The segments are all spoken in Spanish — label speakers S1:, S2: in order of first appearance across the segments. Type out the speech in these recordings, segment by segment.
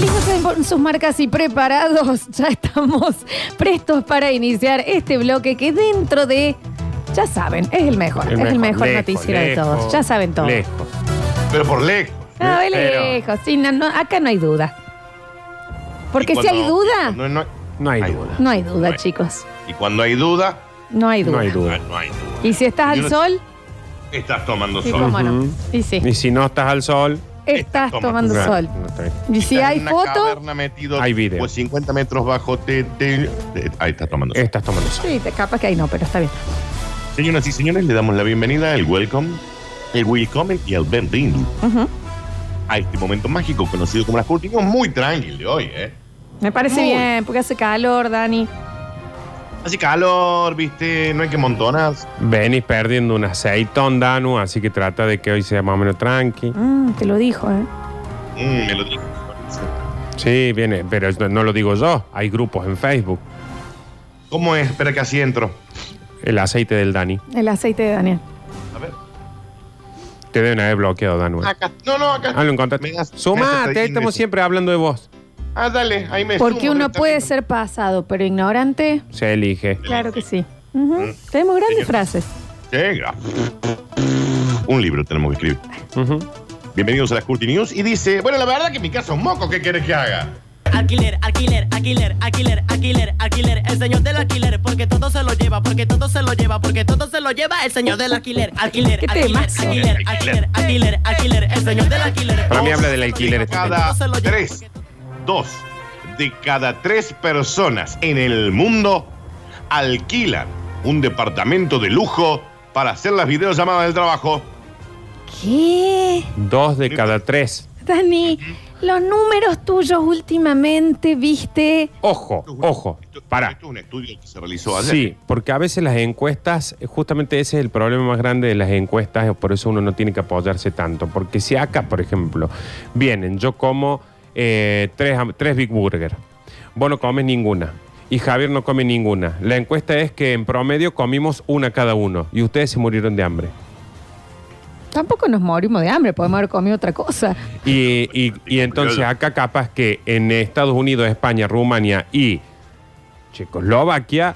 S1: Listos en pon- sus marcas y preparados, ya estamos prestos para iniciar este bloque que dentro de, ya saben, es el mejor, es el mejor
S2: lejos,
S1: noticiero
S2: lejos,
S1: de todos, ya saben todos.
S2: Lejos.
S3: Pero por lejos.
S1: Ah, de
S2: Pero-
S1: lejos, sí, no, no, acá no hay duda. Porque
S3: Y
S1: si hay
S3: cuando-
S1: duda,
S3: No, no-
S2: No hay
S3: Hay
S2: duda.
S1: no hay duda,
S3: no hay-
S1: chicos,
S3: y cuando hay duda,
S1: no hay duda.
S2: No hay duda.
S3: no hay duda.
S1: Y si estás
S3: Y
S1: al
S3: uno-
S1: sol,
S3: Estás tomando
S1: sí,
S3: sol.
S1: cómo no.
S2: Ujú.
S1: Y sí,
S2: Y si no estás al sol.
S1: estás
S3: toma-
S1: tomando
S2: no,
S1: sol.
S2: no está bien.
S1: Y si
S3: Estás
S1: hay
S3: en una
S1: foto,
S3: caverna metido
S2: Hay video.
S3: o 50 metros bajo te, te- te- ahí estás tomando sol.
S2: Estás tomando sol.
S1: sí, capaz que ahí no, pero está bien.
S3: Señoras y señores, le damos la bienvenida, el welcome, el welcome y el bienvenido
S1: Ujú.
S3: a este momento mágico conocido como las cortinas. Muy tranquilo hoy, ¿eh?
S1: Me parece
S3: Muy.
S1: bien, porque hace calor, Dani.
S3: Hace calor, ¿viste? No hay que montonar.
S2: Venís perdiendo un aceitón, Danu, así que trata de que hoy sea más o menos tranqui.
S1: Mm, te lo dijo, ¿eh?
S3: Mm, me lo dijo.
S2: Sí, viene, pero no- no lo digo yo. Hay grupos en Facebook.
S3: ¿Cómo es? Espera que así entro.
S2: El aceite del Dani.
S1: El aceite de Daniel.
S3: A ver.
S2: Te deben haber bloqueado, Danu.
S3: Acá. No, no, acá.
S2: Ah, lo encontraste.
S3: Me das- me das
S2: Sumate, ahí estamos
S3: ingreso.
S2: siempre hablando de vos.
S3: Ah, dale, ahí me
S1: Porque
S3: sumo
S1: uno puede
S3: directamente.
S1: ser pasado, pero ignorante,
S2: Se elige.
S1: claro que sí. Ujú.
S2: Mm.
S1: Tenemos
S3: Señor.
S1: grandes frases.
S3: Llega. Un libro tenemos que escribir.
S2: Ujú.
S3: Bienvenidos a las Curti News. Y dice, bueno, la verdad que mi casa es un moco, ¿qué quieres que haga?
S4: Alquiler, alquiler, alquiler, alquiler, alquiler, alquiler, el señor del alquiler, porque todo se lo lleva, porque todo se lo lleva, porque todo se lo lleva el señor del alquiler, alquiler,
S1: ¿Qué
S4: alquiler,
S1: temazo?
S4: alquiler, alquiler, alquiler, alquiler, el señor del alquiler.
S2: Para mí
S4: Todo
S2: habla
S4: se
S2: del
S4: lo
S2: alquiler
S4: lleva,
S2: este
S4: porque
S3: Cada
S4: todo se lo lleva,
S3: tres,
S4: porque-
S3: dos de cada tres personas en el mundo alquilan un departamento de lujo para hacer las videollamadas del trabajo.
S1: ¿Qué?
S2: Dos de cada tres.
S1: Dani, los números tuyos últimamente, viste.
S2: Ojo, ojo.
S3: Esto-
S2: Para.
S3: Esto es un estudio que se realizó ayer.
S2: Sí, porque a veces las encuestas, justamente ese es el problema más grande de las encuestas, por eso uno no tiene que apoyarse tanto. Porque si acá, por ejemplo, vienen, yo como eh, tres, ham- tres Big Burger, vos no comes ninguna y Javier no come ninguna. La encuesta es que en promedio comimos una cada uno y ustedes se murieron de hambre.
S1: Tampoco nos morimos de hambre, podemos haber comido otra cosa.
S2: Y, y- y entonces acá capaz que en Estados Unidos, España, Rumania y Checoslovaquia,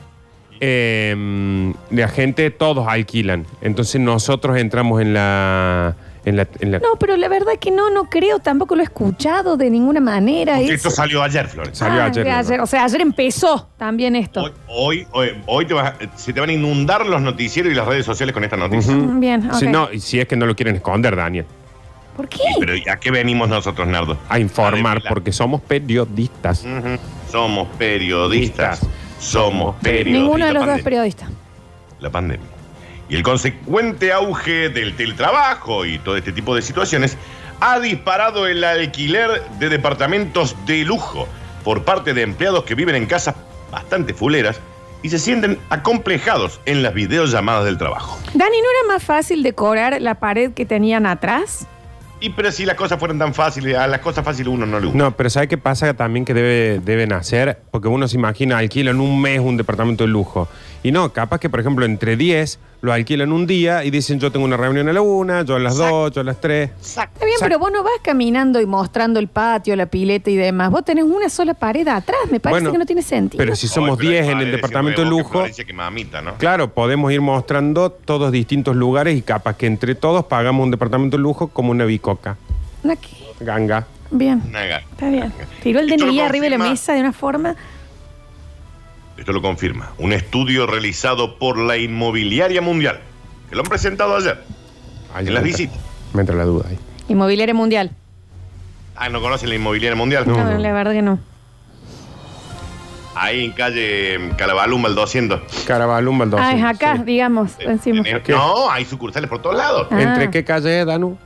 S2: eh, la gente todos alquilan. Entonces nosotros entramos en la... En la, en la-
S1: No, pero la verdad que no, no creo, tampoco lo he escuchado de ninguna manera.
S3: Porque
S1: es-
S3: Esto salió ayer, Flores.
S2: salió
S1: Ah,
S2: ayer,
S1: de
S2: ¿no?
S1: O sea, ayer empezó también
S3: Hoy,
S1: esto.
S3: hoy, hoy- hoy te vas a- se te van a inundar los noticieros y las redes sociales con esta noticia.
S1: Mm, Bien, ok.
S2: Si, no, y si es que no lo quieren esconder, Daniel,
S1: ¿Por qué?
S3: Sí, pero ¿y ¿a qué venimos nosotros, Nardo?
S2: a informar,
S3: revelar.
S2: porque somos periodistas.
S3: Ujú. Somos periodistas.
S2: Periodistas.
S3: Somos periodistas.
S1: Ninguno de los dos es
S3: Pandemia.
S1: periodista.
S3: La pandemia. Y el consecuente auge del teletrabajo y todo este tipo de situaciones ha disparado el alquiler de departamentos de lujo por parte de empleados que viven en casas bastante fuleras y se sienten acomplejados en las videollamadas del trabajo.
S1: Dani, ¿no era más fácil decorar la pared que tenían atrás?
S3: Y pero si las cosas fueran tan fáciles, a las cosas fáciles uno no le gusta.
S2: No, pero ¿sabe qué pasa también que debe, deben hacer? Porque uno se imagina, alquilan un mes un departamento de lujo. Y no, capaz que, por ejemplo, entre 10 lo alquilan un día y dicen, yo tengo una reunión a la una, yo a las dos, yo a las tres.
S1: Está bien,
S2: Exacto.
S1: pero vos no vas caminando y mostrando el patio, la pileta y demás. Vos tenés una sola pared atrás. Me parece
S2: Bueno,
S1: que no tiene sentido.
S2: Pero si somos
S3: Ay, pero
S2: 10
S3: hay
S2: en el
S3: paredes
S2: departamento de lujo,
S3: siempre vos que Florencia, que mamita, ¿no?
S2: claro, podemos ir mostrando todos distintos lugares y capaz que entre todos pagamos un departamento de lujo como una bicoca.
S1: No, ¿qué?
S2: Ganga.
S1: Bien,
S3: Una gata.
S1: está bien. Tiró el
S3: Esto lo
S1: DNI arriba de la
S3: confirma.
S1: mesa de una forma.
S3: Esto lo confirma un estudio realizado por la Inmobiliaria Mundial, que lo han presentado ayer.
S2: Ahí
S3: En las
S2: me entra-
S3: visitas.
S2: Me entra la duda ahí.
S1: Inmobiliaria mundial.
S3: Ah, ¿no conocen la Inmobiliaria Mundial?
S1: No,
S2: No, no.
S1: la verdad que no.
S3: Ahí en calle em, Calabaluma, el 200.
S2: Carabalum, Baldoso.
S1: ah, es acá,
S2: sí. Eh,
S1: digamos, encima.
S3: En el-
S2: ¿Qué?
S3: no, hay sucursales por todos lados.
S1: Ah.
S2: ¿Entre qué calle es, Danu?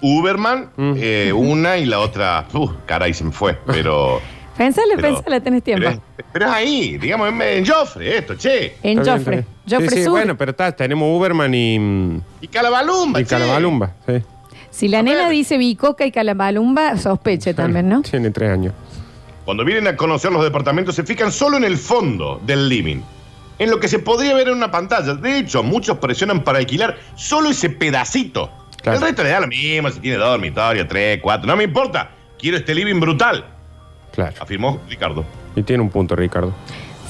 S3: Uberman,
S2: Mm. Ah.
S3: eh, una y la otra. Uh, caray, se me fue. Pero
S1: Pensale,
S3: Pero-
S1: pensale, tenés tiempo.
S3: Pero es, pero es ahí, digamos, en, en Joffre esto, che.
S1: en
S2: Está bien,
S1: Joffre.
S2: está bien.
S1: Joffre
S2: Sí, sí,
S1: Sur.
S2: bueno, pero está, tenemos Uberman y, mm,
S3: Y Calabalumba,
S2: y
S3: che.
S2: Calabalumba. Sí.
S1: si la nena dice bicoca y calabalumba, sospeche también, ¿no?
S2: Tiene tres años.
S3: Cuando vienen a conocer los departamentos, se fijan solo en el fondo del living. En lo que se podría ver en una pantalla. De hecho, muchos presionan para alquilar solo ese pedacito.
S2: Claro.
S3: El resto le da lo mismo si tiene dos dormitorios, tres, cuatro. No me importa. Quiero este living brutal,
S2: Claro.
S3: afirmó Ricardo.
S2: Y tiene un punto, Ricardo.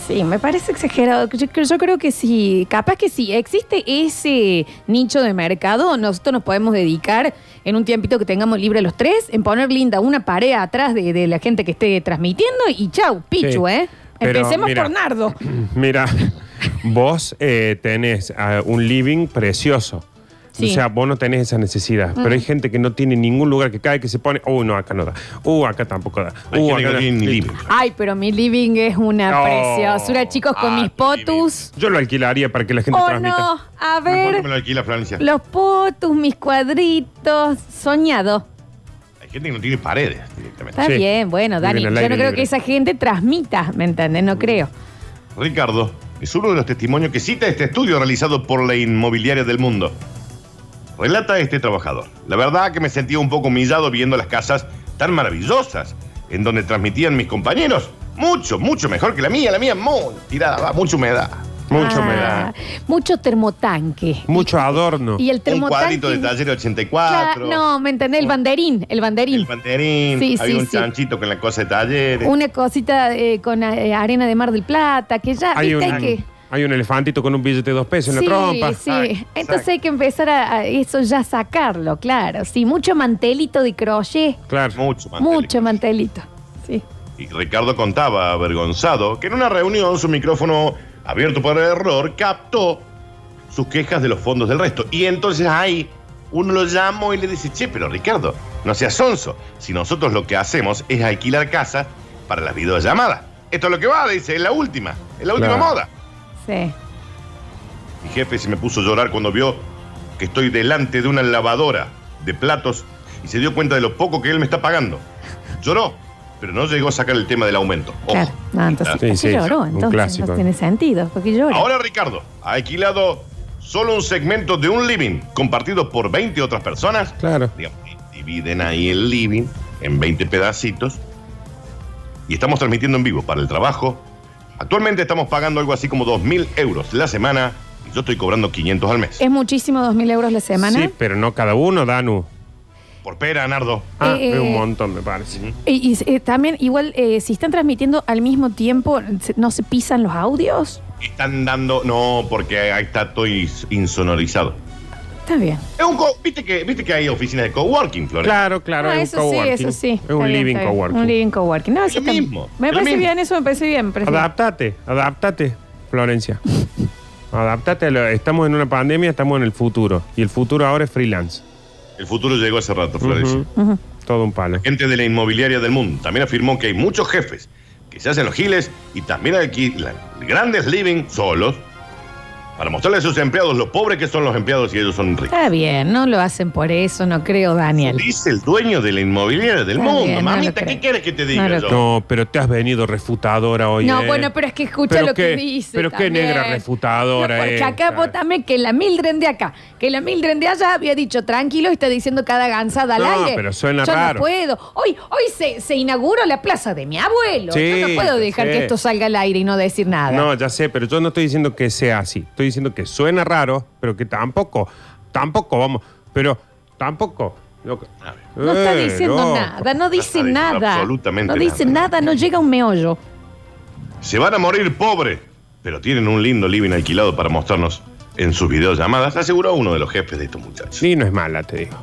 S1: Sí, me parece exagerado. Yo, creo- yo creo que sí, capaz que sí. Existe ese nicho de mercado. Nosotros nos podemos dedicar en un tiempito que tengamos libre los tres, en poner linda una pared atrás de, de la gente que esté transmitiendo y chau, pichu,
S2: Sí.
S1: ¿eh?
S2: Pero,
S1: Empecemos
S2: mira.
S1: por Nardo.
S2: Mira, vos eh, tenés ah, un living precioso.
S1: Sí. Mm.
S2: O sea, vos no tenés esa necesidad. Pero hay gente que no tiene ningún lugar que cae que se pone, uy, no, acá no da. Uh, acá tampoco da.
S3: Hay
S2: Uh, acá
S3: gente que no
S2: da".
S3: tiene ni living.
S1: Ay, pero mi living es una
S2: No.
S1: preciosura, chicos, con
S3: Ah,
S1: mis
S3: tu
S1: potus.
S2: Yo lo alquilaría para que la gente
S1: Oh,
S2: transmita.
S1: no, a
S3: Mejor que
S1: ver,
S3: me lo alquila Florencia.
S1: los potus, mis cuadritos, soñado.
S3: Hay gente que no tiene paredes directamente.
S1: Está
S2: Sí.
S1: bien, bueno,
S2: Viven
S1: Dani, yo
S2: al
S1: no
S2: aire
S1: creo
S2: libre.
S1: que esa gente transmita, ¿me entiendes? No creo.
S3: Ricardo es uno de los testimonios que cita este estudio realizado por la inmobiliaria del mundo. Relata este trabajador. La verdad que me sentía un poco humillado viendo las casas tan maravillosas en donde transmitían mis compañeros. Mucho, mucho mejor que la mía. La mía muy tirada, mucha humedad.
S1: Ah,
S2: Mucho me da.
S1: Mucho termotanque.
S2: Mucho adorno.
S1: Y el
S3: Un
S1: termotanque.
S3: cuadrito de taller
S1: Claro,
S3: 84.
S1: no, ¿me entendés? El banderín, el
S3: El
S1: banderín.
S3: panterín.
S1: Sí,
S3: había
S1: sí,
S3: un
S1: sí.
S3: chanchito con la cosa de talleres.
S1: Una cosita eh, con eh, arena de Mar del Plata, que ya,
S2: Hay
S1: viste,
S2: un,
S1: hay que...
S2: hay un elefantito con un billete de dos pesos en la trompa.
S1: sí.
S3: Ay,
S1: Entonces
S3: exacto.
S1: hay que empezar a, a eso ya sacarlo, claro. Sí, mucho mantelito de crochet.
S2: Claro.
S3: Mucho, mantelín.
S1: Mucho mantelito. Sí.
S3: Y Ricardo contaba, avergonzado, que en una reunión su micrófono, abierto por error, captó sus quejas de los fondos del resto. Y entonces ahí uno lo llamó y le dice, che, pero Ricardo, no seas sonso. Si nosotros lo que hacemos es alquilar casas para las videollamadas. Esto es lo que va, dice, es la última, es la última
S2: Claro.
S3: moda.
S1: Sí.
S3: Mi jefe se me puso a llorar cuando vio que estoy delante de una lavadora de platos y se dio cuenta de lo poco que él me está pagando. Lloró, pero no llegó a sacar el tema del aumento. Ojo.
S1: Claro. No, entonces
S2: Sí,
S1: ¿por qué
S2: sí,
S1: lloró,
S2: un
S1: entonces
S2: clásico.
S1: no tiene sentido. Porque llora.
S3: Ahora Ricardo ha alquilado solo un segmento de un living compartido por 20 otras personas.
S2: Claro.
S3: Digamos, dividen ahí el living en 20 pedacitos y estamos transmitiendo en vivo para el trabajo. Actualmente estamos pagando algo así como 2.000 euros la semana y yo estoy cobrando 500 al mes.
S1: Es muchísimo, 2.000 euros la semana.
S2: Sí, pero no cada uno, Danu.
S3: Por pera, Nardo.
S2: Ah,
S1: Eh,
S2: es un
S1: eh.
S2: montón, me parece.
S1: Y, y, eh, también, igual, eh, si están transmitiendo al mismo tiempo, se- ¿no se pisan los audios?
S3: Están dando... No, porque ahí está todo is- insonorizado.
S1: Está bien.
S3: Es un co- ¿Viste, que, ¿Viste que hay oficinas de coworking, Flores?
S2: Claro, claro.
S1: Ah,
S2: es
S1: eso
S2: un
S1: sí,
S2: coworking.
S1: eso sí.
S2: Es un
S1: Está bien,
S2: living
S1: está bien.
S2: coworking.
S1: Un living coworking. No,
S3: Es
S1: sí,
S3: lo
S1: está-
S3: mismo,
S1: Me
S3: es lo
S1: parece
S3: mismo.
S1: bien, eso me parece bien. me parece bien.
S2: Adaptate, adaptate, Florencia. Adaptate, a lo- estamos en una pandemia, estamos en el futuro. Y el futuro ahora es freelance.
S3: El futuro llegó hace rato, Flores.
S2: Ujú. Todo un palo.
S3: gente de la inmobiliaria del mundo. También afirmó que hay muchos jefes que se hacen los giles y también alquilan grandes living solos para mostrarle a sus empleados lo pobres que son los empleados y ellos son ricos.
S1: Está bien, no lo hacen por eso, no creo, Daniel.
S3: Dice el dueño de la inmobiliaria del
S1: Está
S3: mundo.
S1: bien, no
S3: Mamita,
S1: lo creo.
S3: ¿qué quieres que te diga
S1: No lo
S3: yo?
S2: No, pero te has venido refutadora hoy.
S1: no,
S2: eh.
S1: bueno, pero es que escucha
S2: Pero
S1: lo que
S2: qué-
S1: dice.
S2: Pero qué
S1: también.
S2: negra refutadora
S1: No, porque
S2: es.
S1: acá votame que la Mildren de acá, que la Mildren de allá había dicho tranquilo y está diciendo cada gansada al
S2: No,
S1: aire.
S2: pero suena
S1: Yo
S2: raro.
S1: no puedo. Hoy, hoy se, se inauguró la plaza de mi abuelo.
S2: Sí,
S1: Yo no puedo dejar
S2: sí.
S1: que esto salga al aire y no decir nada.
S2: No, ya sé, pero yo no estoy diciendo que sea así. Estoy diciendo que suena raro, pero que tampoco, tampoco, vamos, pero tampoco. loco.
S1: No está
S2: Eh,
S1: diciendo
S2: loco.
S1: nada, no dice
S3: No está diciendo
S1: nada.
S3: absolutamente
S1: no dice
S3: nada.
S1: nada. no llega un meollo.
S3: Se van a morir pobres, pero tienen un lindo living alquilado para mostrarnos en sus videollamadas, aseguró uno de los jefes de estos muchachos.
S2: Sí, no es mala, te digo.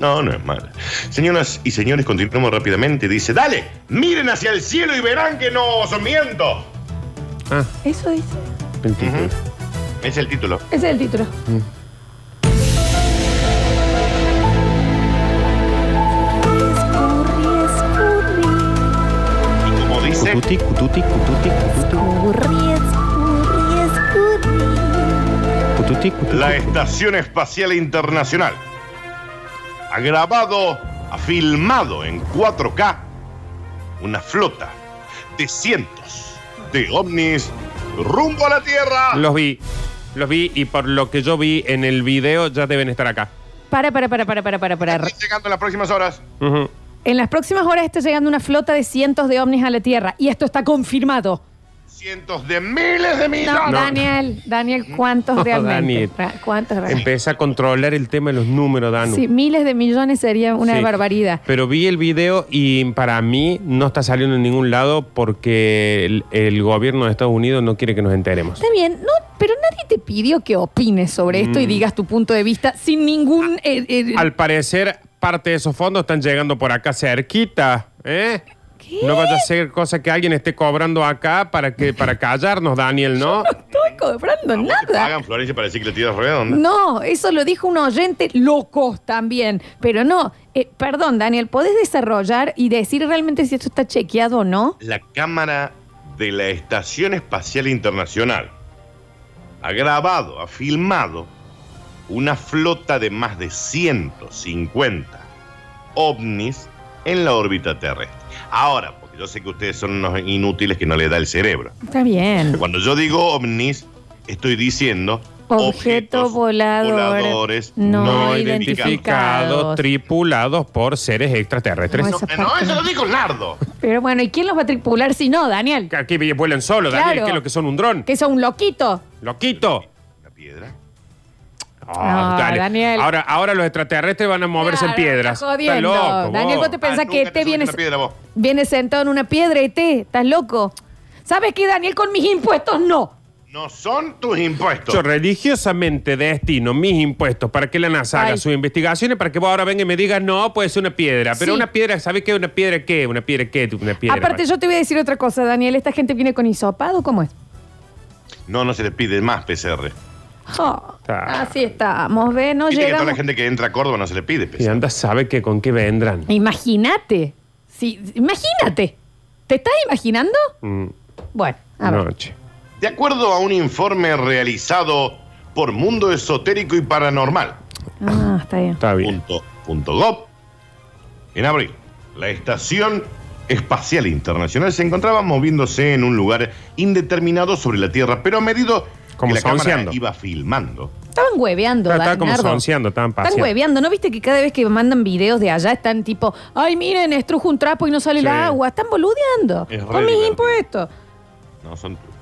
S3: No, no es mal. Señoras y señores, continuemos rápidamente. Dice, dale, miren hacia el cielo y verán que no os miento.
S2: Ah,
S1: Eso dice.
S2: el título.
S3: Ese es el título.
S1: Ese es el título.
S3: Y como dice,
S2: Cututi, cututi, cututi, cututi, cututi, cututi.
S3: la Estación Espacial Internacional ha grabado, ha filmado en 4K una flota de cientos de ovnis rumbo a la Tierra.
S2: Los vi. Los vi y por lo que yo vi en el video ya deben estar acá.
S1: Para, para, para, para, para, para, para.
S3: Están llegando en las próximas horas.
S2: Ujú.
S1: En las próximas horas está llegando una flota de cientos de ovnis a la Tierra y esto está confirmado.
S3: Cientos de miles de
S1: No,
S3: millones.
S1: Daniel, Daniel, ¿cuántos
S2: No,
S1: realmente?
S2: Daniel.
S1: Ra- ¿Cuántos realmente?
S2: Empecé a controlar el tema de los números, Danu.
S1: Sí, miles de millones sería una
S2: Sí.
S1: barbaridad.
S2: Pero vi el video y para mí no está saliendo en ningún lado porque el, el gobierno de Estados Unidos no quiere que nos enteremos.
S1: Está bien, no, pero nadie te pidió que opines sobre esto y digas tu punto de vista sin ningún... eh, eh,
S2: Mm. Ah, Al parecer, parte de esos fondos están llegando por acá cerquita, ¿eh?
S1: ¿Qué?
S2: No vaya a ser cosa que alguien esté cobrando acá para que para callarnos, Daniel, ¿no?
S1: estoy cobrando
S3: ¿Cómo te
S1: nada.
S3: pagan Florencia para decir que la Tierra es redonda?
S1: No, eso lo dijo un oyente loco también. Pero no, eh, perdón, Daniel, ¿podés desarrollar y decir realmente si esto está chequeado o no?
S3: La cámara de la Estación Espacial Internacional ha grabado, ha filmado una flota de más de 150 ovnis en la órbita terrestre. Ahora, porque yo sé que ustedes son unos inútiles que no le da el cerebro.
S1: Está bien.
S3: Cuando yo digo ovnis, estoy diciendo
S1: Objeto volador
S3: voladores
S1: no
S2: No
S1: identificado.
S2: identificados, tripulados por seres extraterrestres.
S1: No,
S3: No, no, eso lo dijo Nardo.
S1: Pero bueno, ¿y quién los va a tripular si no, Daniel?
S2: Aquí vuelan solo, Daniel,
S1: Claro.
S2: que es lo que son un dron.
S1: Que son un loquito.
S2: Loquito.
S3: La piedra.
S2: Ah,
S1: No, Daniel.
S2: Ahora, ahora los extraterrestres van a moverse
S1: Claro,
S2: en piedras.
S1: está jodiendo.
S2: Está loco,
S1: Daniel,
S2: vos.
S1: vos te pensás
S3: Ah, nunca
S1: que
S3: te
S1: te
S3: subiste
S1: vienes,
S3: una piedra, vos.
S1: vienes sentado en una piedra y te, estás loco. ¿Sabes qué, Daniel? Con mis impuestos no.
S3: No son tus impuestos.
S2: Yo religiosamente destino mis impuestos para que la NASA haga
S1: Ay.
S2: sus investigaciones, para que vos ahora venga y me digas, no, puede ser una piedra. Pero
S1: Sí.
S2: una piedra, ¿sabés qué? ¿Una piedra qué? ¿Una piedra qué? ¿Una piedra?
S1: Aparte, yo te voy a decir otra cosa, Daniel. ¿Esta gente viene con hisopado? ¿Cómo es?
S3: No, no se les pide más PCR.
S1: Oh,
S2: Está.
S1: Así estamos, ve, no
S3: Viste que a toda la
S1: llegamos.
S3: gente que entra a Córdoba no se le pide
S2: Y
S3: PCR.
S2: anda, sabe que con qué vendrán.
S1: Imagínate. Sí, imagínate. ¿Te estás imaginando?
S2: Mm,
S1: Bueno, a ver.
S2: no, che.
S3: De acuerdo a un informe realizado por Mundo Esotérico y Paranormal,
S1: Ah, está bien.
S2: Está bien.
S3: punto, punto gov, en abril, la Estación Espacial Internacional se encontraba moviéndose en un lugar indeterminado sobre la Tierra, pero a medida
S2: Como
S3: que la cámara
S2: sonceando.
S3: iba filmando,
S1: Estaban hueveando,
S2: Claro, estaba
S1: Daniel.
S2: como sonceando, estaban
S1: Están
S2: paseando.
S1: hueveando, ¿no viste que cada vez que mandan videos de allá están tipo, ay, miren, estrujo un trapo y no sale el
S2: Sí.
S1: agua? Están boludeando.
S3: Es re
S1: Con mis
S3: divertido.
S1: impuestos.
S3: No son tuyos.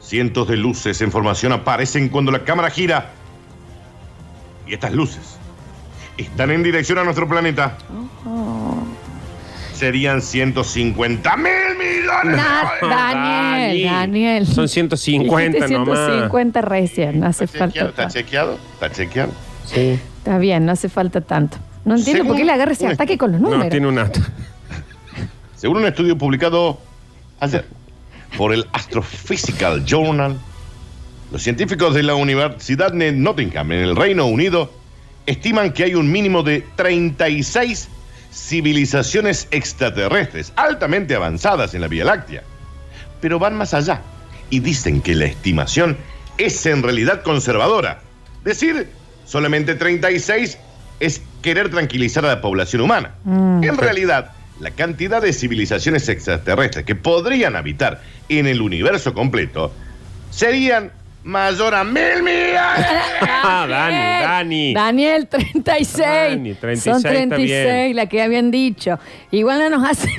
S3: Cientos de luces en formación aparecen cuando la cámara gira. Y estas luces están en dirección a nuestro planeta. Serían 150 mil millones.
S1: Nah, Daniel, Daniel.
S2: Son 150
S1: Dijiste
S2: nomás.
S1: 150 recién, no hace
S3: ¿Está chequeado?
S1: falta.
S3: ¿Está
S1: tanto.
S3: chequeado? ¿Está chequeado?
S2: Sí.
S1: Está bien, no hace falta tanto. No entiendo
S3: Según
S1: por qué le agarra ese
S3: un
S1: ataque con los
S2: No,
S1: números.
S2: tiene una.
S3: Según un estudio publicado ayer por el Astrophysical Journal, los científicos de la Universidad de Nottingham en el Reino Unido estiman que hay un mínimo de 36 civilizaciones extraterrestres altamente avanzadas en la Vía Láctea. Pero van más allá y dicen que la estimación es en realidad conservadora. Decir solamente 36 es querer tranquilizar a la población humana. En realidad, la cantidad de civilizaciones extraterrestres que podrían habitar en el universo completo serían mayor a mil millones.
S2: Ah, Dani, Dani. Ah,
S1: Daniel, 36.
S2: Dani, 36,
S1: Son
S2: está bien.
S1: 36 la que habían dicho. Igual no nos hace,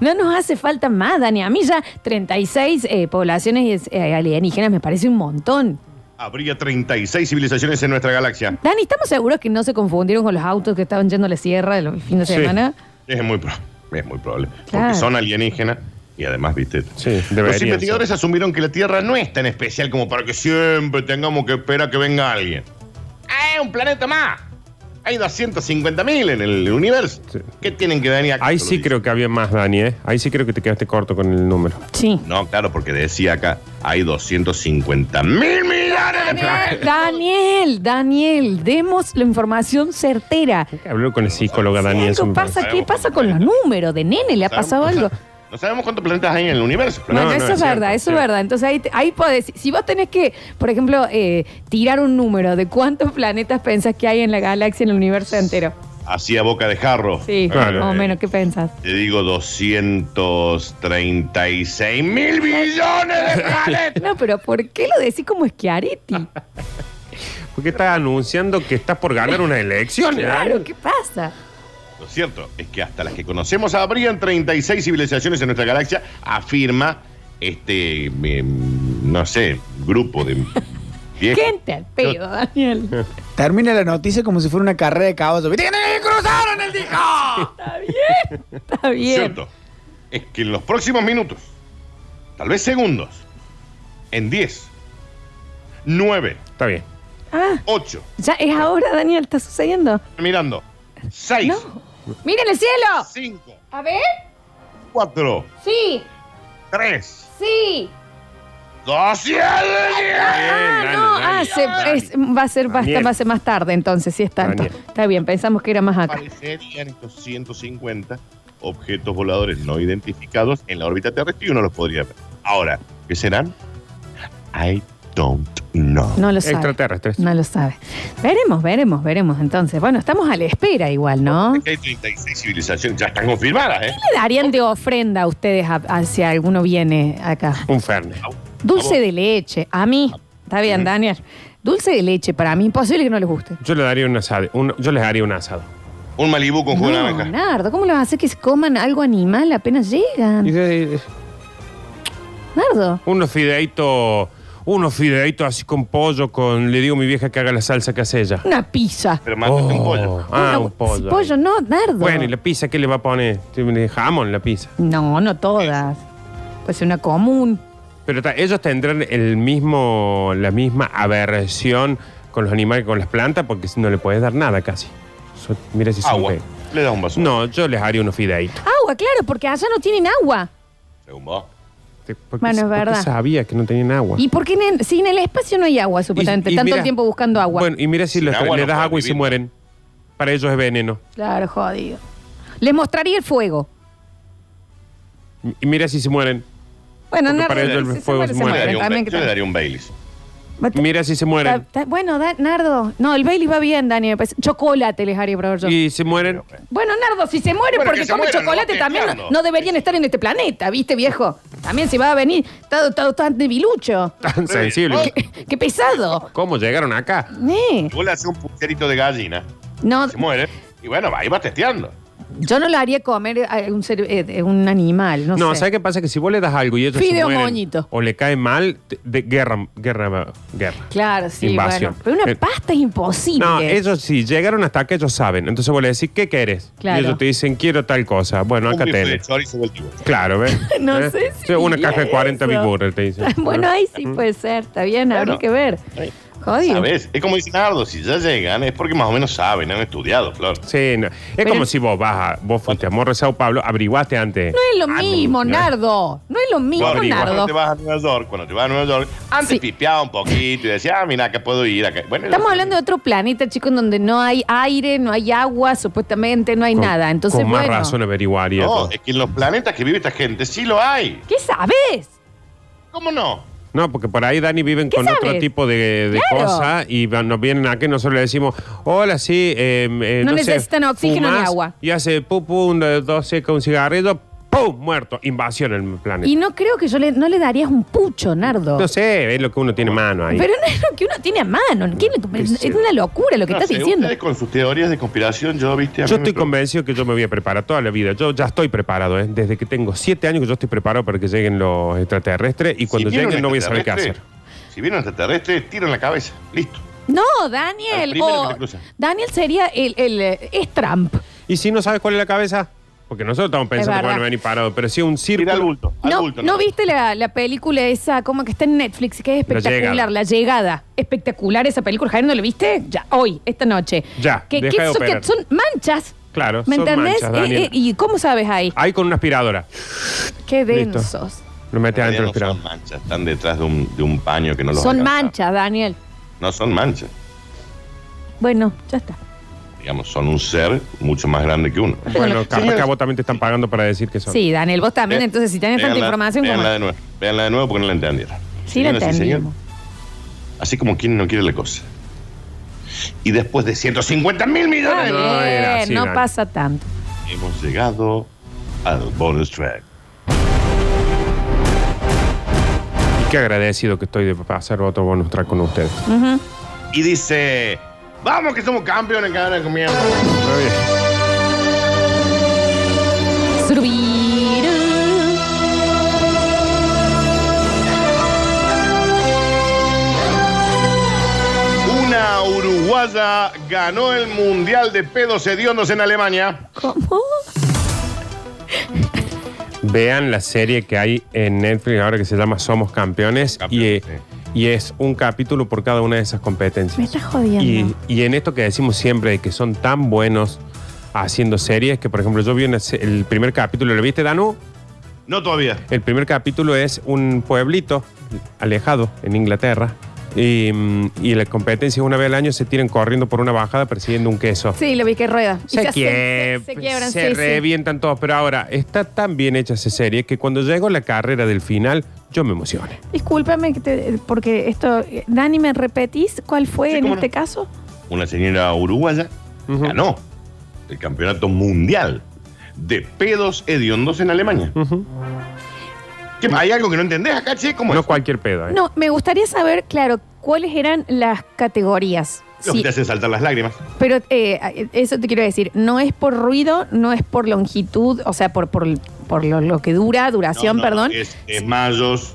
S1: no nos hace falta más, Dani. A mí ya 36 eh, poblaciones eh, alienígenas me parece un montón.
S3: Habría 36 civilizaciones en nuestra galaxia.
S1: Dani, ¿estamos seguros que no se confundieron con los autos que estaban yendo a la sierra el fin de
S2: Sí.
S1: semana?
S3: Es muy, pro- es muy probable.
S1: Claro.
S3: Porque son alienígenas y además, viste.
S2: Sí, deberían
S3: Los investigadores
S2: ser.
S3: asumieron que la Tierra no es tan especial como para que siempre tengamos que esperar que venga alguien. ¡Ah, es un planeta más! Hay 250.000 en el universo.
S2: Sí.
S3: ¿Qué tienen que venir acá?
S2: Ahí
S3: Solo
S2: sí
S3: dicen.
S2: creo que había más, Dani, ¿eh? Ahí sí creo que te quedaste corto con el número.
S1: Sí.
S3: No, claro, porque decía acá, hay 250 mil millones de planetas.
S1: Daniel, Daniel, demos la información certera.
S2: Hay que hablar con el psicólogo, Daniel.
S1: ¿Qué
S2: es un-
S1: pasa? ¿Qué
S3: Sabemos
S1: pasa
S3: cuántos
S1: con los
S3: planetas.
S1: números de nene? ¿Le ha pasado algo?
S3: No sabemos cuántos planetas hay en el universo. pero
S1: Bueno,
S2: No, no,
S1: eso
S2: es
S1: es,
S2: cierto,
S1: verdad,
S2: es
S1: eso es
S2: cierto.
S1: verdad. Entonces ahí, te- ahí podés, si vos tenés que, por ejemplo, eh, tirar un número de cuántos planetas pensás que hay en la galaxia, en el universo entero.
S3: Así a boca de jarro.
S1: Sí,
S2: Claro.
S1: más o menos, ¿qué pensás?
S3: Te digo 236 mil millones de planetas.
S1: No, pero ¿por qué lo decís como Schiaretti?
S2: Ah, Porque estás anunciando que estás por ganar ¿eh? unas elecciones.
S1: Claro, ¿qué pasa?
S3: Lo cierto es que hasta las que conocemos habrían 36 civilizaciones en nuestra galaxia, afirma este, eh, no sé, grupo de viejos.
S1: Gente al pedo, Daniel.
S5: Termina la noticia como si fuera una carrera de caballos. ¿Viste que no cruzaron el disco?
S1: Está bien, está
S3: Lo
S1: bien.
S3: cierto es que en los próximos minutos, tal vez segundos, en 10, 9,
S2: Está bien.
S3: 8,
S1: Ya es ahora, Daniel, está sucediendo.
S3: mirando, 6,
S1: No. ¡Miren el cielo!
S3: 5,
S1: A ver.
S3: 4,
S1: Sí,
S3: 3,
S1: sí.
S3: 2 y
S1: Ah,
S2: Dani,
S1: no,
S2: Dani,
S1: ah, se-
S3: Dani.
S1: es- va a ser va a estar-
S2: Daniel.
S1: va a ser más tarde entonces, si es tanto.
S2: Daniel.
S1: Está bien, pensamos que era más acá.
S3: aparecerían estos 150 objetos voladores no identificados en la órbita terrestre y uno los podría ver. Ahora, ¿qué serán? I don't know.
S1: No lo sabe.
S2: Extraterrestres.
S1: No lo sabe. Veremos, veremos, veremos entonces. Bueno, estamos a la espera igual, ¿no?
S3: Hay 36 civilizaciones, ya están confirmadas, ¿eh?
S1: ¿Qué le darían de ofrenda a ustedes a- a si alguno viene acá?
S2: Un Fernet.
S1: Dulce de leche, a mí. Está bien, Daniel. Dulce de leche, para mí imposible que no les guste.
S2: Yo le daría un asado. un- yo les haría un asado.
S3: Un Malibú con jugo de
S1: No,
S3: naranja.
S1: Nardo, ¿cómo le vas a hacer que se coman algo animal apenas
S2: Y
S1: llegan?
S2: de-
S1: Nardo.
S2: unos fideitos. Unos fideitos así con pollo, con. Le digo a mi vieja que haga la salsa que hace ella.
S1: Una pizza.
S3: Pero mándate un
S2: Oh,
S3: pollo.
S2: Ah,
S1: Una-
S2: un pollo.
S1: Pollo, no, Nardo.
S2: Bueno, ¿y la pizza qué le va a poner? Tiene Jamón la pizza.
S1: No, no todas. Pues una común.
S2: Pero ta- ellos tendrán el mismo, la misma aversión con los animales que con las plantas porque no le puedes dar nada casi. So- mira si son
S3: Agua.
S2: fe-
S3: Le das un vaso.
S2: No, yo les haría unos fideitos.
S1: Agua, claro, porque allá no tienen agua.
S3: Según vos.
S2: Te- Porque,
S1: Bueno, es
S2: porque
S1: verdad.
S2: sabía que no tenían agua.
S1: ¿Y por qué en el- si en el espacio no hay agua, supuestamente?
S2: y
S1: Tanto
S2: mira-
S1: tiempo buscando agua.
S2: Bueno, y mira si
S3: Sin
S2: les-
S3: agua
S2: le
S3: no
S2: das
S3: pueden
S2: agua y se
S3: vivir.
S2: mueren. Para ellos es veneno.
S1: Claro, jodido. Les mostraría el fuego.
S2: Y mira si se mueren.
S1: Bueno,
S2: Porque
S1: Nardo,
S2: para ellos el
S1: si se
S2: fuego
S1: muere,
S2: es
S1: se
S2: muerte.
S3: Yo le
S1: muere.
S3: daría un,
S1: También
S3: Ba-
S1: que
S3: yo le
S1: tal-
S3: daría un Baileys.
S1: Va- ta-
S2: Mira si se mueren.
S1: ta- Bueno, Da- Nardo. No, el Bailey va bien, Dani. me parece. Chocolate les haría probar yo.
S2: Y se mueren.
S1: Bueno, Nardo, si se muere
S3: Bueno,
S1: porque
S3: que se
S1: come
S3: mueran,
S1: chocolate,
S3: ¿no?
S1: también no,
S3: Claro.
S1: no deberían estar en este planeta, ¿viste, viejo? También se va a venir todo, todo, tan debilucho.
S2: Tan sensibles.
S3: Eh,
S1: ¡Qué pesado!
S2: ¿Cómo llegaron acá?
S1: Eh,
S3: Vos le haces un pucherito de gallina,
S1: No,
S3: se muere, y bueno, ahí vas testeando.
S1: yo no lo haría comer a un, ser- eh, un animal, no,
S2: No,
S1: sé.
S2: ¿sabes qué pasa? Que si vos le das algo y ellos
S1: Fideo
S2: se mueren,
S1: moñito.
S2: o le cae mal, te- de guerra, guerra, guerra.
S1: Claro, sí,
S2: Invasión.
S1: bueno. Pero una
S2: Eh,
S1: pasta es imposible.
S2: No, ellos sí, llegaron hasta acá, ellos saben. Entonces vos le decís, ¿qué querés?
S1: Claro.
S2: Y ellos te dicen, quiero tal cosa. Bueno,
S3: Un
S2: acá
S3: bife de
S2: tenés.
S3: chorizo del tiburón.
S2: Claro, ¿ves?
S1: No
S2: ¿Eh?
S1: sé si
S2: Sí, Una
S1: diría
S2: caja de 40 Big
S1: eso.
S2: Burger, te dicen.
S1: Bueno, ahí sí puede ser, está bien, habrá
S3: Bueno.
S1: que ver. Jodido.
S3: ¿Sabes? Es como dice Nardo, si ya llegan es porque más o menos saben, han estudiado, claro.
S2: Sí, no. Es
S1: Pero-
S2: como si vos vas a, vos fuiste a Morro Sao Pablo, averiguaste antes.
S1: No es lo
S2: Ah,
S1: mismo,
S2: ¿no?
S1: Nardo. No es lo mismo,
S3: Cuando-
S1: Nardo.
S3: Cuando te vas a Nueva York, cuando te vas a Nueva York, antes
S1: Sí.
S3: pipeaba un poquito y decía, ah, mira, acá puedo ir. Acá. Bueno,
S1: Estamos
S3: lo-
S1: hablando de otro planeta, chicos, en donde no hay aire, no hay agua, supuestamente, no hay
S2: Con-
S1: nada. Entonces,
S2: Con más
S1: bueno.
S2: razón averiguaría.
S3: No, eh.
S2: No,
S3: es que en los planetas que vive esta gente sí lo hay.
S1: ¿Qué sabes?
S3: ¿Cómo no?
S2: no, porque por ahí, Dani, viven
S1: ¿Qué
S2: con otro
S1: sabes?
S2: tipo de, de
S1: Claro.
S2: cosas y van- nos vienen aquí y nosotros le decimos, hola, sí, eh, eh,
S1: No
S2: sé,
S1: necesitan oxígeno ni
S2: fumás",
S1: agua.
S2: Y hace pu, pu, un, dos, seca, un cigarrillo, ¡pum! Muerto. Invasión en el planeta.
S1: Y no creo que yo le, no le darías un pucho, Nardo.
S2: No sé, es lo que uno tiene mano ahí.
S1: Pero no es lo que uno tiene a mano. ¿no? ¿Qué- es una locura lo que
S3: No
S1: estás
S3: sé,
S1: diciendo.
S3: ustedes con sus teorías de conspiración, yo, viste, a
S2: yo
S3: mí me
S2: estoy convencido que yo me voy a preparar toda la vida. Yo ya estoy preparado, ¿eh? Desde que tengo siete años que yo estoy preparado para que lleguen los extraterrestres y
S3: Si
S2: cuando
S3: viene un
S2: lleguen no voy a saber qué hacer.
S3: extraterrestre, Si viene un extraterrestre, tiro en la cabeza. Listo.
S1: No,
S3: Al
S1: Daniel.
S3: primero
S1: o-
S3: que te cruza.
S1: Daniel sería el, el, eh, es Trump.
S2: ¿Y si no sabes cuál es la cabeza? Porque nosotros estamos pensando
S1: Es
S2: que van a
S1: verdad.
S2: venir parados, pero si un
S3: Tira al
S2: círculo...
S3: bulto. Al
S1: No,
S3: bulto,
S1: ¿no viste la, la película esa, como que está en Netflix, que es
S2: La
S1: espectacular,
S2: Llegada.
S1: La Llegada? Espectacular esa película, Javier, ¿no la viste? Ya, hoy, esta noche.
S2: Ya,
S1: Que,
S2: deja
S1: que
S2: de
S1: son,
S2: operar.
S1: que son manchas.
S2: Claro,
S1: ¿Me
S2: son
S1: entendés?
S2: manchas,
S1: Eh,
S2: Daniel.
S1: eh, ¿Y cómo sabes ahí?
S2: Ahí con una aspiradora.
S1: Qué
S2: Listo.
S1: densos.
S2: Lo
S3: En
S2: metes
S3: realidad
S2: adentro
S3: no
S2: del aspirador.
S3: son manchas, están detrás de un, de un paño que no los
S1: Son
S3: alcanza.
S1: manchas, Daniel.
S3: No son manchas.
S1: Bueno, ya está.
S3: Digamos, son un ser mucho más grande que uno.
S2: Bueno, capaz
S3: Señores.
S2: que a vos también te están pagando para decir que son.
S1: Sí, Daniel, vos también,
S2: Eh,
S3: Ve-
S1: entonces, si tenés tanta
S3: véanla-
S1: información como...
S3: véanla de nuevo. Véanla de nuevo porque no la entendieron.
S1: Sí, la
S3: Señoras y señores,
S1: entendimos.
S3: Así como quien no quiere la cosa. y después de 150 mil
S1: Está
S3: millones
S2: no, era así,
S1: bien, no
S2: Dani.
S1: pasa tanto.
S3: hemos llegado al bonus track.
S2: Y qué agradecido que estoy de pasar otro bonus track con ustedes.
S3: Y dice, vamos que somos campeones cada vez que mierda".
S1: Surbiru.
S3: Una uruguaya ganó el mundial de pedos hediondos en Alemania.
S1: ¿Cómo?
S2: Vean la serie que hay en Netflix ahora que se llama Somos Campeones,
S3: Campeones,
S2: y, eh, y es un capítulo por cada una de esas competencias.
S1: Me estás jodiendo.
S2: Y, y en esto que decimos siempre de que son tan buenos haciendo series que, por ejemplo, yo vi una se- el primer capítulo, ¿lo viste, Danu?
S3: No todavía.
S2: El primer capítulo es un pueblito alejado en Inglaterra y, mm, y la competencia es una vez al año se tiran corriendo por una bajada persiguiendo un queso.
S1: Sí, lo vi que rueda. Y
S2: Se,
S1: hacen-
S2: quie-
S1: se- se quiebran,
S2: se
S1: sí, sí.
S2: revientan todos, pero ahora está tan bien hecha esa serie que cuando llego a la carrera del final yo me emocioné.
S1: Discúlpame que te- porque esto. Dani, ¿me repetís cuál fue
S3: Sí,
S1: en
S3: cómo
S1: este
S3: no.
S1: caso?
S3: Una señora uruguaya
S2: Ujú.
S3: ganó el campeonato mundial de pedos hediondos en Alemania.
S2: Ujú.
S3: ¿Qué- ¿Hay algo que no entendés acá, che? ¿Cómo
S2: No
S3: es?
S2: cualquier pedo, ¿eh?
S1: No, me gustaría saber, claro, cuáles eran las categorías.
S3: Lo que
S1: Sí,
S3: te hace saltar las lágrimas.
S1: pero eh, eso te quiero decir, no es por ruido, no es por longitud, o sea, por, por, por lo, lo que dura, duración,
S3: No, no,
S1: perdón. Es,
S3: Es desmayos,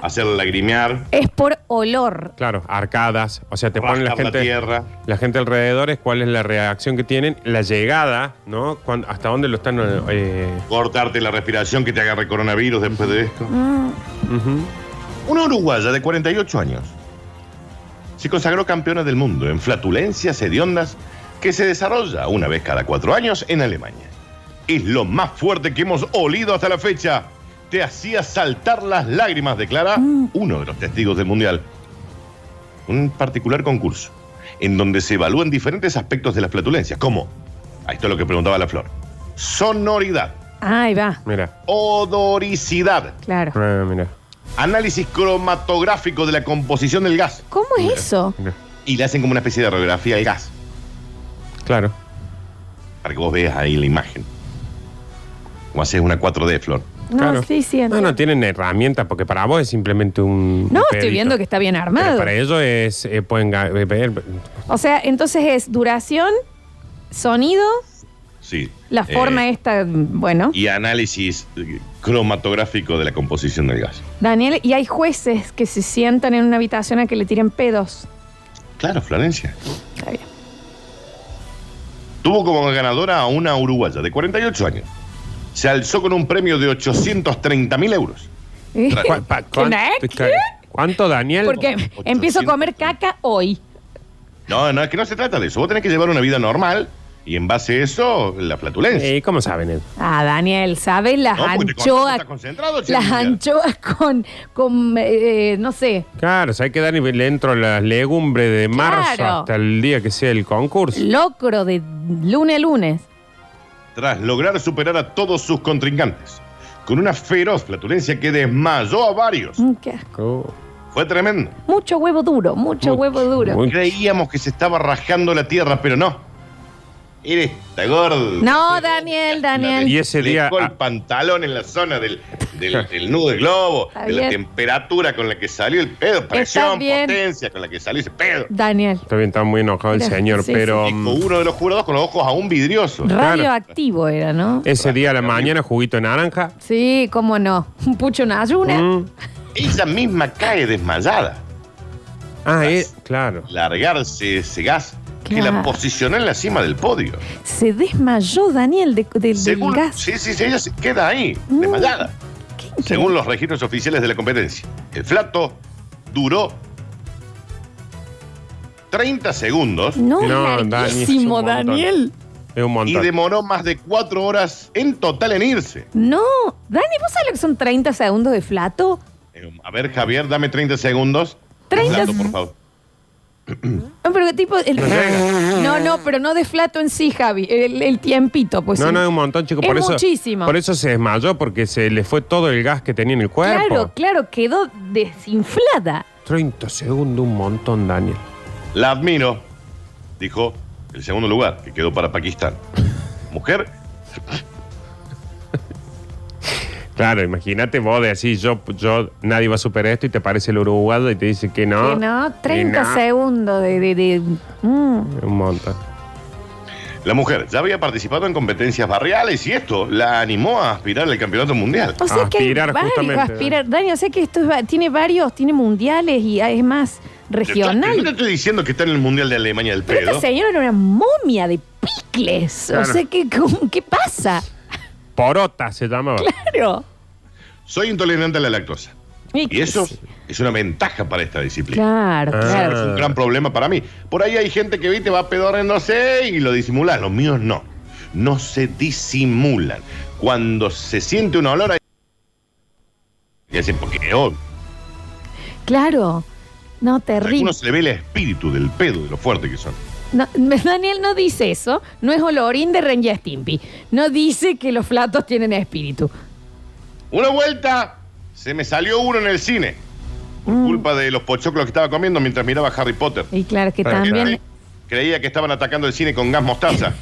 S3: hacer lagrimear,
S1: por olor.
S2: Claro, arcadas. O sea, te ponen la
S3: rascar la
S2: gente.
S3: tierra.
S2: la gente alrededor es cuál es la reacción que tienen, la llegada, ¿no? Cuán- hasta dónde lo están. eh,
S3: cortarte la respiración que te agarre coronavirus después de esto.
S1: Mm,
S2: ujú.
S3: Una uruguaya de 48 años se consagró campeona del mundo en flatulencias hediondas que se desarrolla una vez cada cuatro años en Alemania. Es lo más fuerte que hemos olido hasta la fecha. Te hacía saltar las lágrimas, declara uno de los testigos del Mundial. Un particular concurso en donde se evalúan diferentes aspectos de las flatulencias, como, a esto es lo que preguntaba la Flor, sonoridad,
S1: Ah, ahí va,
S2: Mira,
S3: odoricidad,
S1: claro.
S2: eh, mira,
S3: análisis cromatográfico de la composición del gas.
S1: ¿Cómo es eso?
S2: mira.
S3: Y le hacen como una especie de radiografía del gas,
S2: Claro.
S3: para que vos veas ahí la imagen. Como haces una 4D, Flor.
S1: No,
S2: claro.
S1: sí, sí,
S2: No,
S1: entiendo.
S2: no tienen herramientas, porque para vos es simplemente
S1: No,
S2: un. un
S1: estoy
S2: pedito.
S1: viendo que está bien
S2: Pero
S1: armado.
S2: para ellos es. eh, pueden ga- eh, ver.
S1: O sea, entonces es duración, sonido,
S3: Sí.
S1: la
S3: Eh,
S1: forma esta, bueno.
S3: Y análisis eh, cromatográfico de la composición del gas.
S1: Daniel, y hay jueces que se sientan en una habitación a que le tiren pedos.
S3: Claro, Florencia.
S1: Está bien.
S3: Tuvo como ganadora a una uruguaya de 48 años. Se alzó con un premio de 830 mil euros.
S2: ¿Cuá- pa- cuán-
S1: ¿Qué?
S2: ca- ¿Cuánto, Daniel?
S1: Porque empiezo a comer caca hoy.
S3: No, no, es que no se trata de eso. Vos tenés que llevar una vida normal y en base a eso, la flatulencia.
S2: Eh, ¿Cómo saben? Ed?
S1: Ah, Daniel, ¿sabes? Las
S3: No, porque te concentras,
S1: anchoas.
S3: estás concentrado, che,
S1: Las
S3: Miguel.
S1: anchoas con, con eh, eh, no sé,
S2: Claro, ¿sabes que Dani le entro a las legumbres de marzo
S1: Claro.
S2: hasta el día que sea el concurso?
S1: locro de lunes a lunes.
S3: tras lograr superar a todos sus contrincantes, con una feroz flatulencia que desmayó a varios.
S1: Mm, qué asco.
S2: Oh.
S3: Fue tremendo.
S1: Mucho huevo duro, mucho
S2: Mucho,
S1: huevo duro.
S2: muy-
S3: Creíamos que se estaba rajando la tierra, pero no. Era esta gorda.
S1: No, Daniel, Daniel.
S2: Y ese
S3: Le
S2: día-
S3: dejó el
S2: ah.
S3: pantalón en la zona del, del- del nudo del globo,
S1: Está
S3: de la
S1: bien.
S3: temperatura con la que salió el pedo, presión,
S1: bien.
S3: potencia con la que salió ese pedo.
S1: Daniel,
S2: Está bien, está muy enojado el
S1: Mira,
S2: señor,
S1: sí,
S2: pero. mm,
S3: Y con uno de los jurados con los ojos aún vidriosos.
S1: radioactivo era, ¿no?
S2: Ese día a la mañana, juguito de naranja.
S1: Sí, cómo no. Un pucho en ayuna.
S2: Mm.
S3: Ella misma cae desmayada.
S2: Ah, es, claro.
S3: Largarse ese gas que
S1: Claro.
S3: la posicionó en la cima del podio.
S1: Se desmayó Daniel de, de- del
S3: Según,
S1: gas.
S3: sí, sí, sí, ella se queda ahí,
S1: Mm.
S3: desmayada.
S1: ¿Qué- qué-
S3: Según los registros oficiales de la competencia, el flato duró 30 segundos
S1: No,
S2: No,
S1: es
S2: Dani,
S1: larguísimo,
S2: es un montón.
S1: Daniel.
S2: Es un
S3: y
S2: montón.
S3: demoró más de 4 horas en total en irse.
S1: No, Dani, ¿vos sabés lo que son 30 segundos de flato?
S3: Eh, A ver, Javier, dame 30 segundos.
S1: 30
S3: Flato, por favor.
S1: No, pero qué tipo. el-
S2: No llega.
S1: no, no, pero no de flato en sí, Javi. El, el tiempito, pues.
S2: no,
S1: sí.
S2: no, es un montón, chico.
S1: Es
S2: Por eso,
S1: muchísimo.
S2: Por eso se desmayó, porque se le fue todo el gas que tenía en el cuerpo.
S1: Claro, claro, quedó desinflada.
S2: 30 segundos, un montón, Daniel.
S3: La admiro. dijo el segundo lugar, que quedó para Pakistán. Mujer,
S2: Claro, imagínate vos de así, yo, yo, nadie va a superar esto y te aparece el uruguayo y te dice que no.
S1: Que no,
S2: que
S1: 30
S2: no.
S1: segundos de... de, de- mm.
S2: Un montón.
S3: la mujer ya había participado en competencias barriales y esto la animó a aspirar al campeonato mundial.
S1: O sea que hay
S2: Aspirar,
S1: varios,
S2: justamente.
S1: aspirar. Dani, o sea que esto es va- tiene varios, tiene mundiales y ah, es más
S3: Yo te
S1: regional.
S3: estoy diciendo que está en el mundial de Alemania del
S1: Pero esta
S3: pedo.
S1: señora era una momia de picles. O
S2: Claro.
S1: sea que, ¿cómo- ¿qué pasa?
S2: Porota se llamaba.
S1: Claro.
S3: Soy intolerante a la lactosa. Y eso Ah. es una ventaja para esta disciplina.
S1: Claro,
S3: Es
S1: claro.
S3: un gran problema para mí. Por ahí hay gente que viste va pedorreándose y lo disimula. Los míos no. No se disimulan. Cuando se siente un olor, ahí- y hacen porque oh,
S1: Claro. No,
S3: a
S1: terrible.
S3: algunos se le ve el espíritu del pedo, de lo fuerte que son.
S1: No, Daniel no dice eso. No es olorín de Ren y Stimpy. No dice que los flatos tienen espíritu.
S3: Una vuelta se me salió uno en el cine por culpa de los pochoclos que estaba comiendo mientras miraba Harry Potter.
S1: Mm. Y claro que
S2: Pero que
S1: también.
S3: Creí- Creía que estaban atacando el cine con gas mostaza.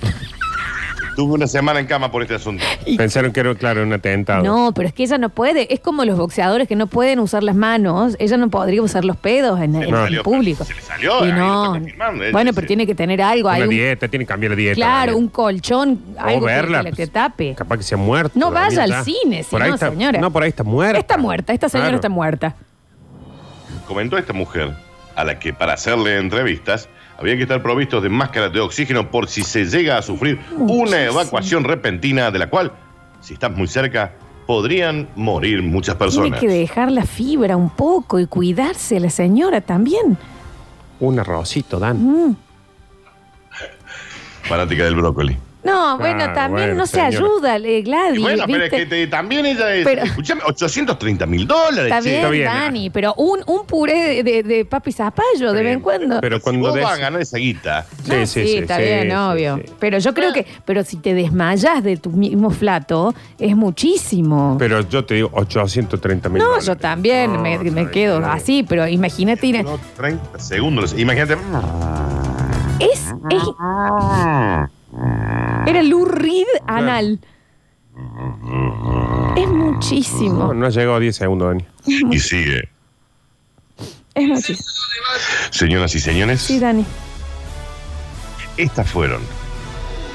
S3: Tuve una semana en cama por este asunto.
S2: Pensaron que era, claro, un atentado.
S1: No, pero es que ella no puede. Es como los boxeadores que no pueden usar las manos. Ella no podría usar los pedos en, en
S3: salió,
S1: el público.
S3: se le salió,
S1: Y
S3: ahí lo
S1: no.
S3: está confirmando, eh,
S1: Bueno,
S3: sí,
S1: pero
S3: sí.
S1: tiene que tener algo.
S2: Una
S1: Hay un,
S2: dieta, tiene que cambiar la dieta.
S1: claro,
S2: Daniel.
S1: un colchón,
S2: O
S1: algo que-
S2: verla, pues,
S3: pues,
S1: que, le- que tape.
S2: Capaz que se ha muerto.
S1: No vaya
S2: Daniel,
S1: al
S2: ya.
S1: cine, si
S2: Por ahí
S1: no,
S2: está-
S1: señora.
S2: No, por ahí está muerta.
S1: Está muerta, esta señora
S2: Claro.
S1: está muerta.
S3: Comentó esta mujer, a la que para hacerle entrevistas había que estar provistos de máscaras de oxígeno por si se llega a sufrir una evacuación repentina de la cual, si estás muy cerca, podrían morir muchas
S1: Tiene
S3: personas.
S1: que dejar la fibra un poco y cuidarse la señora también.
S2: Un arrocito, Dan.
S1: Mm.
S3: Fanática del brócoli.
S1: No, bueno,
S2: Ah,
S1: también
S2: bueno,
S1: no se
S2: señora.
S1: ayuda, eh, Gladys.
S3: Y bueno, pero es
S1: ¿viste?
S3: que te- también ella es.
S1: Pero-
S3: Escuchame, 830 mil dólares.
S1: Está
S3: che.
S1: bien,
S2: está bien,
S1: Dani, pero un, un puré de, de, de papi zapallo de vez en cuando.
S2: Pero
S3: Si
S2: cuando
S3: vos
S2: des-
S3: vas a ganar esa guita,
S1: No, sí, está bien,
S2: sí,
S1: obvio.
S2: sí.
S1: Pero yo
S3: Ah.
S1: creo que, pero si te desmayas de tu mismo flato, es muchísimo.
S2: Pero yo te digo 830 mil.
S1: no, yo también me, me quedo así, pero imagínate, Inés,
S3: no, 30 segundos. Imagínate. mm,
S1: es, es- era Lou Reed anal. Es
S2: No,
S1: muchísimo,
S2: no ha llegado a 10 segundos, Dani.
S3: Y sigue.
S1: es muchísimo.
S3: Señoras y señores,
S1: Sí, Dani.
S3: estas fueron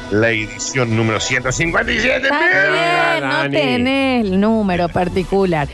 S3: la edición número 157.
S1: Está
S3: ¡Mierda!
S1: bien, no
S2: Dani.
S1: tenés el número particular.